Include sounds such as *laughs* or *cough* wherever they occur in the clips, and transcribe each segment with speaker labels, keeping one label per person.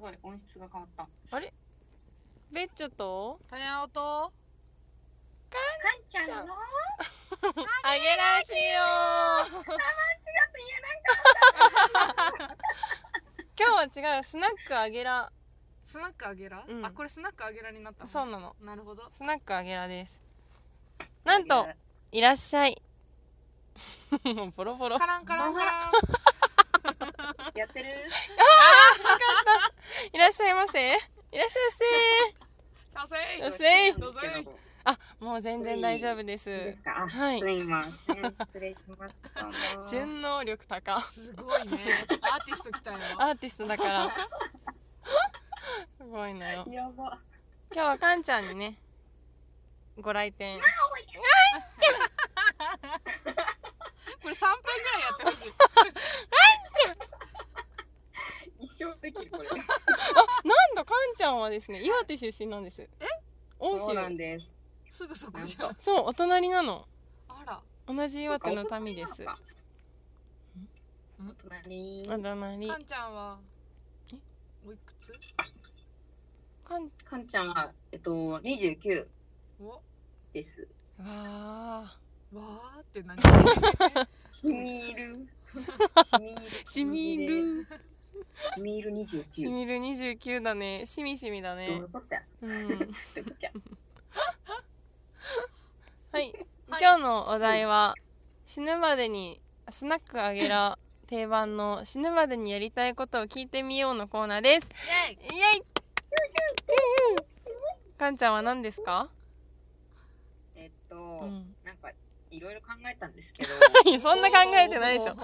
Speaker 1: ごい音質が変わった
Speaker 2: ベッチョと
Speaker 3: たやおと
Speaker 1: かんちゃんの間違
Speaker 2: ゃんあげラジオ
Speaker 1: って言えない
Speaker 2: 今日は違うスナックあげら
Speaker 3: スナックあげら、
Speaker 2: うん
Speaker 3: あこれスナックあげらになったの
Speaker 2: そうなの
Speaker 3: なるほど
Speaker 2: スナックあげらですなんといらっしゃいもうボロボロ
Speaker 3: カランカランカラン
Speaker 1: やってる
Speaker 2: いらっしゃいませいらっしゃいま
Speaker 3: 射精
Speaker 2: よせい
Speaker 3: よせい
Speaker 2: せもう全然大丈夫です
Speaker 1: いいですかあ
Speaker 2: はい
Speaker 1: すいません失礼しますあの
Speaker 2: 順能力高
Speaker 3: すごいねアーティスト来たよ
Speaker 2: アーティストだからすごいのよ
Speaker 1: やば
Speaker 2: 今日はかんちゃんにねご来店
Speaker 3: これ3分ぐらいやってほしい
Speaker 1: 一生できるこれ
Speaker 2: なんとかんちゃんはですね岩手出身なんですえ欧州
Speaker 1: そうなんです
Speaker 3: すぐそこじゃん
Speaker 2: そうお隣なの
Speaker 3: あら
Speaker 2: 同じ岩手の民です
Speaker 1: お隣
Speaker 2: お隣
Speaker 3: かんちゃんは
Speaker 2: え
Speaker 3: おいくつ
Speaker 2: かんわ
Speaker 1: かんちゃんはえっと29
Speaker 3: おわ
Speaker 1: です
Speaker 2: あ
Speaker 3: ーって
Speaker 2: *laughs*
Speaker 3: 何
Speaker 1: しみる
Speaker 2: しみる
Speaker 1: しみる29
Speaker 2: しみる29だねしみしみだ
Speaker 1: どうい
Speaker 2: ね
Speaker 1: うことや
Speaker 2: うん
Speaker 1: どういうことや
Speaker 2: はい今日のお題は死ぬまでにスナックあげら定番の死ぬまでにやりたいことを聞いてみようのコーナーです
Speaker 3: イエイ
Speaker 2: イエイかんちゃんは何ですか、
Speaker 1: えっと、
Speaker 2: うん、
Speaker 1: なんかいろいろ考えたんですけ
Speaker 2: *laughs*
Speaker 1: ど
Speaker 2: いやそんな考えてないでしょ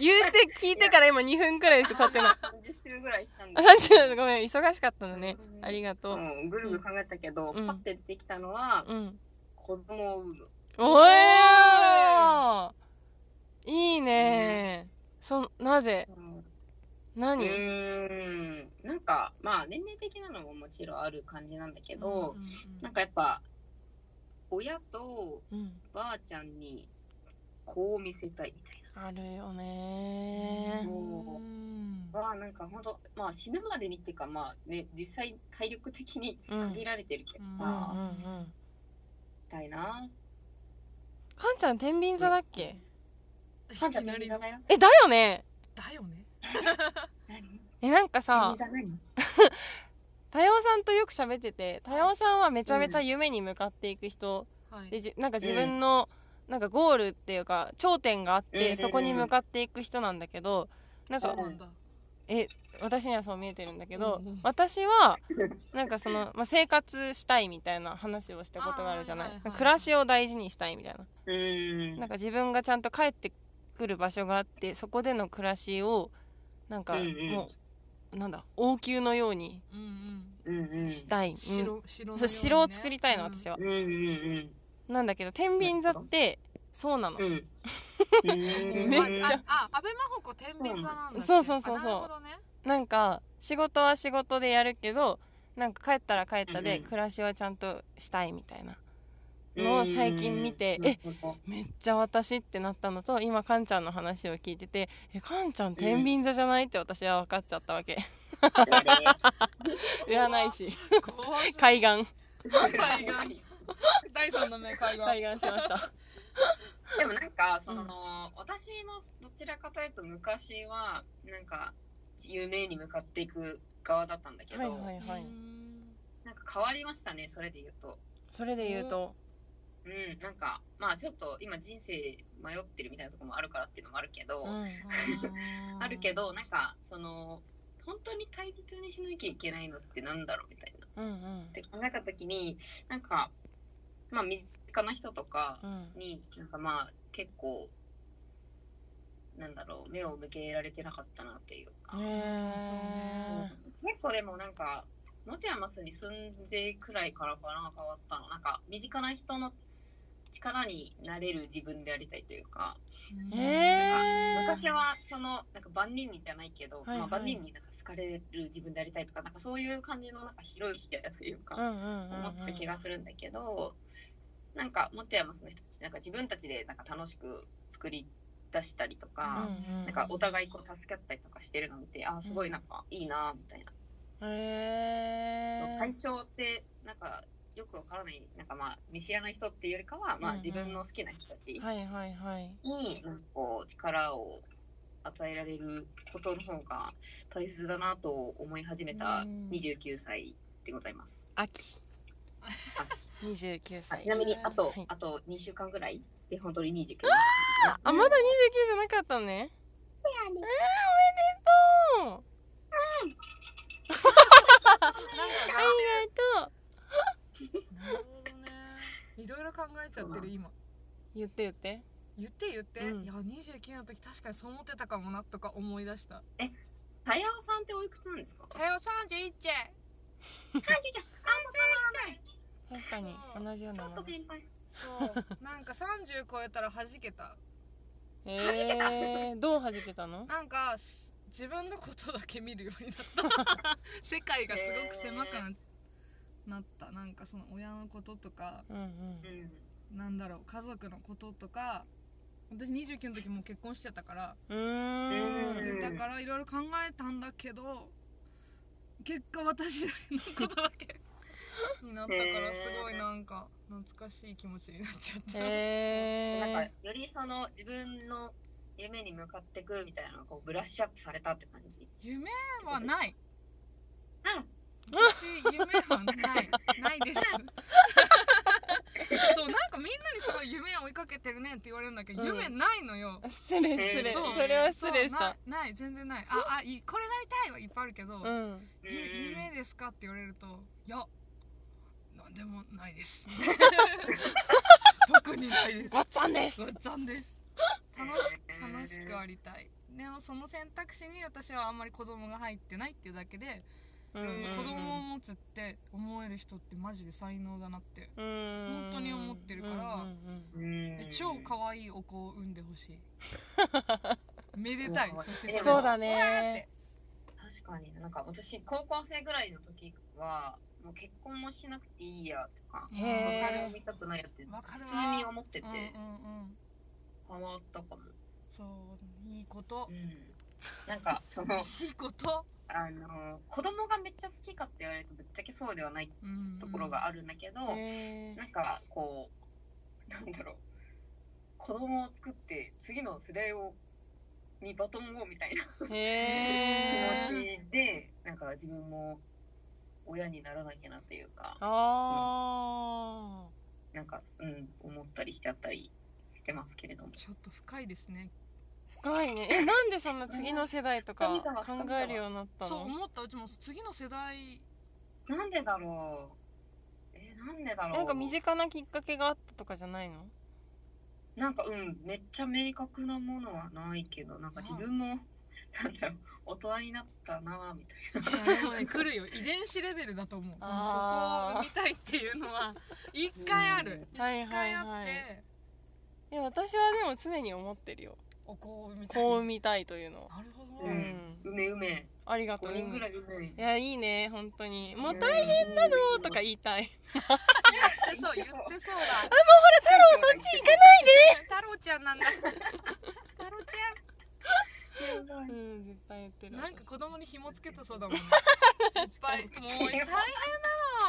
Speaker 2: 言うて聞いてから今2分くらいしか経って *laughs* ない
Speaker 1: 30週ぐらいしたんで
Speaker 2: あ
Speaker 1: すけど
Speaker 2: ごめん忙しかったのねありがとう
Speaker 1: うんぐるぐる考えたけど、
Speaker 2: うん
Speaker 1: パッて出てきたのは
Speaker 2: うん
Speaker 1: 子供を産む
Speaker 2: おえーいいねそなぜ
Speaker 1: うんう
Speaker 2: 何
Speaker 1: ーんなんかまあ年齢的なのももちろんある感じなんだけど、
Speaker 3: うんうん
Speaker 1: なんかやっぱ親と
Speaker 2: うん
Speaker 1: ばあちゃんにこう見せたいみたい
Speaker 2: あるよね
Speaker 1: そうなはなんかほんとまあ死ぬまでにっていうかまあね実際体力的に
Speaker 2: うんうんうんうん
Speaker 1: 限られてるけど
Speaker 3: うん
Speaker 1: さ、
Speaker 3: うん
Speaker 1: みたいな
Speaker 2: かんちゃん天秤座だっけ
Speaker 1: まだ
Speaker 3: いきな
Speaker 1: 便利
Speaker 3: り
Speaker 1: だ
Speaker 3: の
Speaker 1: よ
Speaker 2: えだよね
Speaker 3: だよね
Speaker 1: 何
Speaker 2: えなんかさ
Speaker 1: 便利だ何
Speaker 2: 多様さんとよく喋ってて多様さんはめちゃめちゃ夢に向かっていく人
Speaker 3: はい
Speaker 2: でじなんか自分の、なんかゴールっていうか頂点があっ
Speaker 1: うんうん
Speaker 2: て、
Speaker 1: うん
Speaker 2: そこに向かっていく人なんだけどなん
Speaker 3: そ
Speaker 2: か
Speaker 3: うなんだ
Speaker 2: え私にはそう見えてるんだけど、
Speaker 3: うんうん
Speaker 2: 私はなんかその、まあ、生活したいみたいな話をしたことがあるじゃない
Speaker 3: あーはいはいはい
Speaker 2: 暮らしを大事にしたいみたいな
Speaker 1: うーん
Speaker 2: なんか自分がちゃんと帰ってくる場所があってそこでの暮らしをなんか
Speaker 1: うんうん
Speaker 2: もう、なんだ王宮のように
Speaker 3: うんうん
Speaker 1: うんうん
Speaker 2: したい、うん
Speaker 3: 城城のように
Speaker 2: そ
Speaker 3: ね
Speaker 2: う城を作りたいの私は、
Speaker 1: うんうん
Speaker 2: なんだけど天秤座ってそうなの、
Speaker 1: うんうん
Speaker 3: うん
Speaker 2: *laughs* めっちゃ
Speaker 3: ああ安倍真帆子天秤座なんだっけ
Speaker 2: そうそうそうそう
Speaker 3: あなるほどね
Speaker 2: なんか仕事は仕事でやるけどなんか帰ったら帰った
Speaker 1: う
Speaker 2: で
Speaker 1: んうん
Speaker 2: 暮らしはちゃんとしたいみたいなのを最近見て
Speaker 1: うん
Speaker 2: え
Speaker 1: なるほど
Speaker 2: めっちゃ私ってなったのと今かんちゃんの話を聞いててえかんちゃん天秤座じゃないって私は分かっちゃったわけ占い師
Speaker 3: 怖い
Speaker 2: 海岸
Speaker 3: 海岸第三の目海岸
Speaker 2: 海岸しました
Speaker 1: *laughs*
Speaker 2: *laughs*
Speaker 1: でもなんかその、
Speaker 2: うん
Speaker 1: 私もどちらかというと昔はなんか夢に向かっていく側だったんだけど、
Speaker 2: はいはいはい
Speaker 3: うん
Speaker 1: なんか変わりましたねそれで言うと。
Speaker 2: それで言うと
Speaker 1: うん、なんかまあちょっと今人生迷ってるみたいなところもあるからっていうのもあるけど、
Speaker 2: うん
Speaker 1: あるけどなんかその本当に大切にしなきゃいけないのってなんだろうみたいなっ
Speaker 2: うんうん
Speaker 1: て考えた時になんかまあ身近な人とか
Speaker 2: うん
Speaker 1: になんかまあ結構なんだろう目を向けられてなかったなっていうか、
Speaker 2: ねえ
Speaker 1: 結構でもなんか元山市に住んでくらいからかな変わったのなんか身近な人の力になれる自分でありたいというか
Speaker 3: うん
Speaker 2: えー
Speaker 1: 昔はそのなんか万人にじゃないけど、
Speaker 2: はいはい
Speaker 1: まあ、万人になんか好かれる自分でありたいとかなんかそういう感じのなんか広い視野というか、
Speaker 2: うんうんうん
Speaker 1: 思ってた気がするんだけど、なんか元山その人たちなんか自分たちでなんか楽しく作り出したりとか、
Speaker 2: うんうん
Speaker 1: なんかお互いこう助け合ったりとかしてるのを見てあーすごいなんかいいなーみたいな、
Speaker 2: えへー
Speaker 1: 対象ってなんかよくわからないなんかまあ見知らない人っていうよりかはま
Speaker 2: うん
Speaker 1: あ
Speaker 2: うん
Speaker 1: 自分の好きな人たち
Speaker 2: はいはいはい
Speaker 1: になんかこう力を与えられることの方が大切だなと思い始めた
Speaker 2: うん
Speaker 1: 29歳でございます。
Speaker 2: 秋二十
Speaker 1: あ
Speaker 2: 九歳
Speaker 1: ちなみにあと、
Speaker 2: はい
Speaker 1: あと2週間ぐらいで本当に29歳。
Speaker 2: あまだ二十九じゃなかったのねえー、おめでとうありがとう
Speaker 3: かなるほどねいろいろ考えちゃってる今
Speaker 2: 言って言って
Speaker 3: 言って言って、
Speaker 2: うん
Speaker 3: いや29の時確かにそう思ってたかもなとか思い出した
Speaker 1: 平尾さんっておいくつなんですか？
Speaker 3: 「はよ31ちゃ
Speaker 1: 三十じゃん。
Speaker 2: 確かに
Speaker 3: そう
Speaker 2: 同じよう
Speaker 1: あ
Speaker 2: な
Speaker 1: もう
Speaker 2: も
Speaker 1: ちょっと
Speaker 2: の
Speaker 1: 先輩。
Speaker 3: そうなんか30超えたら弾けた
Speaker 2: えー、どう弾けたの
Speaker 3: なんかす自分のことだけ見るようになった世界がすごく狭くな,、なったなんかその親のこととか
Speaker 2: うんうん
Speaker 1: うん。
Speaker 3: なんだろう家族のこととか私29の時もう結婚してたから、
Speaker 2: うーん
Speaker 1: うん
Speaker 3: だからいろいろ考えたんだけど結果私のことだけになったからすごいなんか懐かしい気持ちになっちゃった、
Speaker 1: なん
Speaker 2: え
Speaker 1: かよりその自分の夢に向かってくみたいなのがこうブラッシュアップされたって感じ。
Speaker 3: 夢はない
Speaker 1: うん。
Speaker 3: 私夢はないな
Speaker 2: *laughs*
Speaker 3: いですそうなんかみんなにすごい夢を追いかけてるねって言われるんだけど、
Speaker 2: うん
Speaker 3: 夢ないのよ
Speaker 2: ー、失礼失礼、
Speaker 1: えー
Speaker 2: そ
Speaker 1: そう
Speaker 2: れは失礼し
Speaker 3: そ
Speaker 2: た
Speaker 3: うなない全然ないああいいこれなりたいはいっぱいあるけど、
Speaker 2: う,、ん
Speaker 1: う
Speaker 3: ゆ
Speaker 1: ん
Speaker 3: 夢ですかって言われるといやなんでもないです
Speaker 2: *laughs*
Speaker 3: 特にないです
Speaker 2: ごっつぁんです
Speaker 3: ごっつぁんです楽し
Speaker 1: えー
Speaker 3: 楽しくありたいでもその選択肢に私はあんまり子供が入ってないっていうだけで、
Speaker 2: うんうんうん
Speaker 3: 子供を持つって思える人ってマジで才能だなって、
Speaker 2: うーん
Speaker 3: 本当に思ってるから
Speaker 2: うんうん
Speaker 1: うん
Speaker 3: え超可愛いお子を産んでほし
Speaker 2: *laughs*
Speaker 3: いめでたい
Speaker 1: うん
Speaker 3: そし
Speaker 1: で
Speaker 2: うん
Speaker 3: てれを
Speaker 2: そうだ
Speaker 3: わーって
Speaker 2: ね
Speaker 1: 確かになんか私高校生ぐらいの時はもう結婚もしなくていいやとか
Speaker 2: へ
Speaker 1: 別
Speaker 2: え
Speaker 1: れを見たくないやって
Speaker 3: わか
Speaker 1: 普
Speaker 3: るわ
Speaker 1: 通に思ってて
Speaker 3: うんうんうん
Speaker 1: 変わったかも。
Speaker 3: そういいこと
Speaker 1: うん。なんかその
Speaker 3: いいこと、
Speaker 1: あの子供がめっちゃ好きかって言われるとぶっちゃけそうではない
Speaker 3: うん
Speaker 1: ところがあるんだけど、
Speaker 2: へー
Speaker 1: なんかこうなんだろう子供を作って次の世代をにバトンをみたいな
Speaker 2: へ
Speaker 1: 気
Speaker 2: ー
Speaker 1: 持ちで、なんか自分も親にならなきゃなというか
Speaker 2: あ
Speaker 1: なんかうん思ったりしちゃったりしてますけれども。
Speaker 3: ちょっと深いですね
Speaker 2: ー深いねえなんでそんな次の世代とか
Speaker 1: 神様
Speaker 2: 考えるようになった
Speaker 3: そう
Speaker 2: の
Speaker 3: 思ったうちも次の世代
Speaker 1: なんでだろうえなんでだろう
Speaker 2: なんか身近なきっかけがあったとかじゃないの
Speaker 1: なんかうんめっちゃ明確なものはないけどなんか自分も *laughs* なんだろう大人になったなぁみたい
Speaker 3: いやでもね来るよ遺伝子レベルだと思うこ
Speaker 2: *laughs* あー
Speaker 3: こを産みたいっていうのは一回ある
Speaker 2: はい
Speaker 3: 一
Speaker 2: は
Speaker 3: 回
Speaker 2: い
Speaker 3: あって、
Speaker 2: はいいや私はでも常に思ってるよ
Speaker 3: お子を産みたい
Speaker 2: こう
Speaker 3: な
Speaker 2: 産みたいというのを
Speaker 3: るほ
Speaker 1: う
Speaker 3: ど、
Speaker 1: ん
Speaker 2: うん
Speaker 1: なうめうめ
Speaker 2: ありがと
Speaker 1: 5
Speaker 2: う
Speaker 1: 人
Speaker 2: い
Speaker 1: ぐらいうめい
Speaker 2: やいいね本当にもう大
Speaker 1: 大変な
Speaker 2: 変とか言いたい
Speaker 3: 言ってそう言ってそうだ
Speaker 1: 太郎そっち行かな
Speaker 3: 太郎ちゃんなんだ太郎ち
Speaker 1: い *laughs*
Speaker 2: うん絶対言って
Speaker 3: ゃん
Speaker 2: る
Speaker 3: なんか
Speaker 2: 私
Speaker 3: 子供に紐つけてそうだもんねいっぱい
Speaker 2: *laughs*
Speaker 3: もう大変なの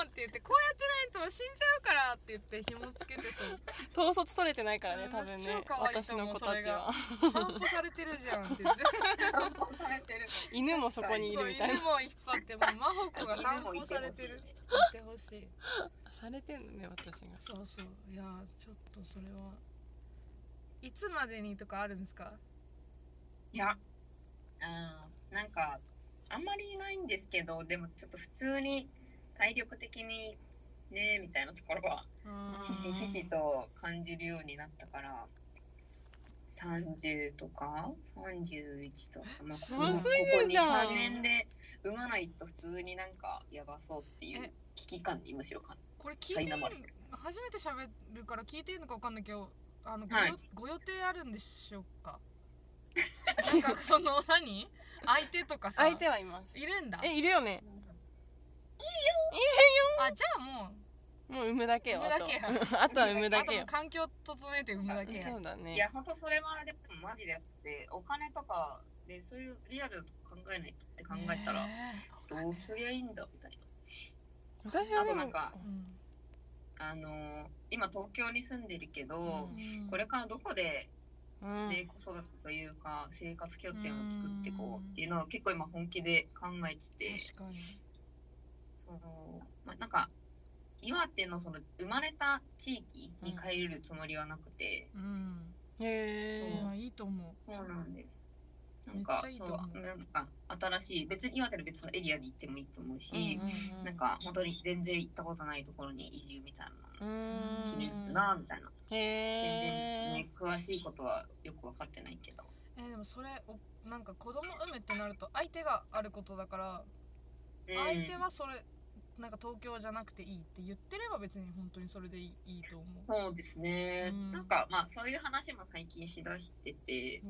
Speaker 3: って言ってこうやってないと死んじゃうからって言って紐つけてそう
Speaker 2: 統率取れてないからね多分ね
Speaker 3: 超可愛い
Speaker 2: 私
Speaker 3: と思
Speaker 2: の
Speaker 3: う
Speaker 2: 子たちは
Speaker 3: 散歩されてるじゃんって言って
Speaker 1: されてる
Speaker 2: 犬もそこ *laughs* にいるみたいな
Speaker 3: そう犬も引っ張ってもう真帆子が散歩されてる行ってほしい
Speaker 2: されてんね私が
Speaker 3: そうそういやちょっとそれはいつまでにとかあるんですか
Speaker 1: いやあーなんかあんまりいないんですけどでもちょっと普通に体力的にねみたいなところはひしひしと感じるようになったから30とか31とか、まあ、
Speaker 2: す
Speaker 1: ここ
Speaker 3: ぐ
Speaker 2: じゃん
Speaker 1: 23年で産まないと普通になんかやばそうっていう
Speaker 3: え
Speaker 1: 危機感にむしろ感
Speaker 3: これ聞いていい
Speaker 1: はい生
Speaker 3: 初めて喋るから聞いていいのか分かんないけどあのご,、
Speaker 1: はい
Speaker 3: ご予定あるんでしょうかなんかその何相手とかさ
Speaker 2: 相手はいます
Speaker 3: いるんだ
Speaker 2: えいるよね
Speaker 3: あじゃあも
Speaker 2: もう産むだけよ
Speaker 3: 産むだけや
Speaker 2: あと *laughs* あとは産む
Speaker 3: う
Speaker 2: だ
Speaker 3: あと
Speaker 2: け
Speaker 3: も
Speaker 2: よ
Speaker 3: う環境整えて産むだけや
Speaker 2: そうだ
Speaker 1: じ、い
Speaker 2: ね
Speaker 1: やほんとそれはでもマジであってお金とかでそういうリアルなこと考えないって考えたら
Speaker 3: ねえ
Speaker 1: どうすりゃいいんだみたいな
Speaker 2: 私はでも
Speaker 1: あとなんか
Speaker 3: うん
Speaker 1: あのー今東京に住んでるけど、
Speaker 3: うん
Speaker 1: これからどこで
Speaker 2: うん
Speaker 1: で子育てというか生活拠点を作ってこ
Speaker 3: うん
Speaker 1: うっていうのは結構今本気で考えてて
Speaker 3: 確かに
Speaker 1: その、まあ、なんか岩手のその生まれた地域に帰るつもりはなくて、
Speaker 3: うん
Speaker 2: へ
Speaker 3: いやいいと思
Speaker 1: そうなんですな
Speaker 3: め
Speaker 1: ん
Speaker 3: っ
Speaker 1: か
Speaker 3: ちゃいいと
Speaker 1: そ
Speaker 3: 思う
Speaker 1: うなんか新しい別に岩手の別のエリアに行ってもいいと思うし、
Speaker 2: えうんう
Speaker 1: なんか本当に全然行ったことないところに移住みたいなの
Speaker 2: う
Speaker 1: 気に入っ
Speaker 2: ん
Speaker 1: たなみたいな、全
Speaker 2: へ
Speaker 1: 然
Speaker 2: え
Speaker 1: ね詳しいことはよく分かってないけど
Speaker 3: うえでもそれおなんか子供産むってなると相手があることだから相手はそれなんか東京じゃなくていいって言ってれば別に本当にそれでいいいいと思う
Speaker 1: そうですね、
Speaker 3: うん
Speaker 1: なんかまあそういう話も最近しだしてて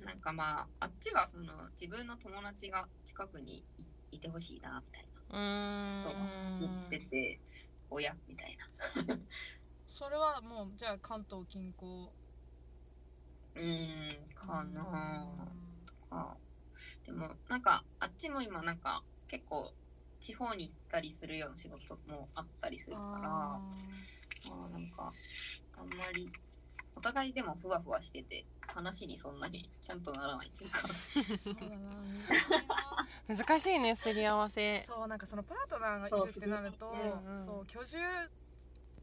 Speaker 1: なんかまああっちはその自分の友達が近くにいいてほしいなみたいな
Speaker 2: うん
Speaker 1: 言ってて、親みたいな
Speaker 3: それはもうじゃあ関東近郊
Speaker 1: うーんかな
Speaker 3: う
Speaker 1: あ
Speaker 3: ん
Speaker 1: あでもなんかあっちも今なんか結構地方に行ったりするような仕事もあったりするから
Speaker 3: あ
Speaker 1: まあなんかあんまりお互いでもふわふわしてて話にそんなにちゃんとならないっていうか
Speaker 3: ーそうだな難しいな
Speaker 2: 難しいねすり合わせ
Speaker 3: そうなんかそのパートナーがいるってなる
Speaker 1: そ
Speaker 3: と
Speaker 1: う
Speaker 2: すごいうんうん
Speaker 3: そう居住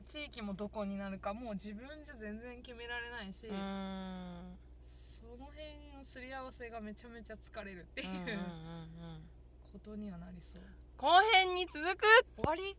Speaker 3: 地域もどこになるかもう自分じゃ全然決められないし、
Speaker 2: うんうん
Speaker 3: その辺のすり合わせがめちゃめちゃ疲れるっていう
Speaker 2: うんうん
Speaker 3: ことにはなりそう
Speaker 2: 後編に続く
Speaker 3: 終わり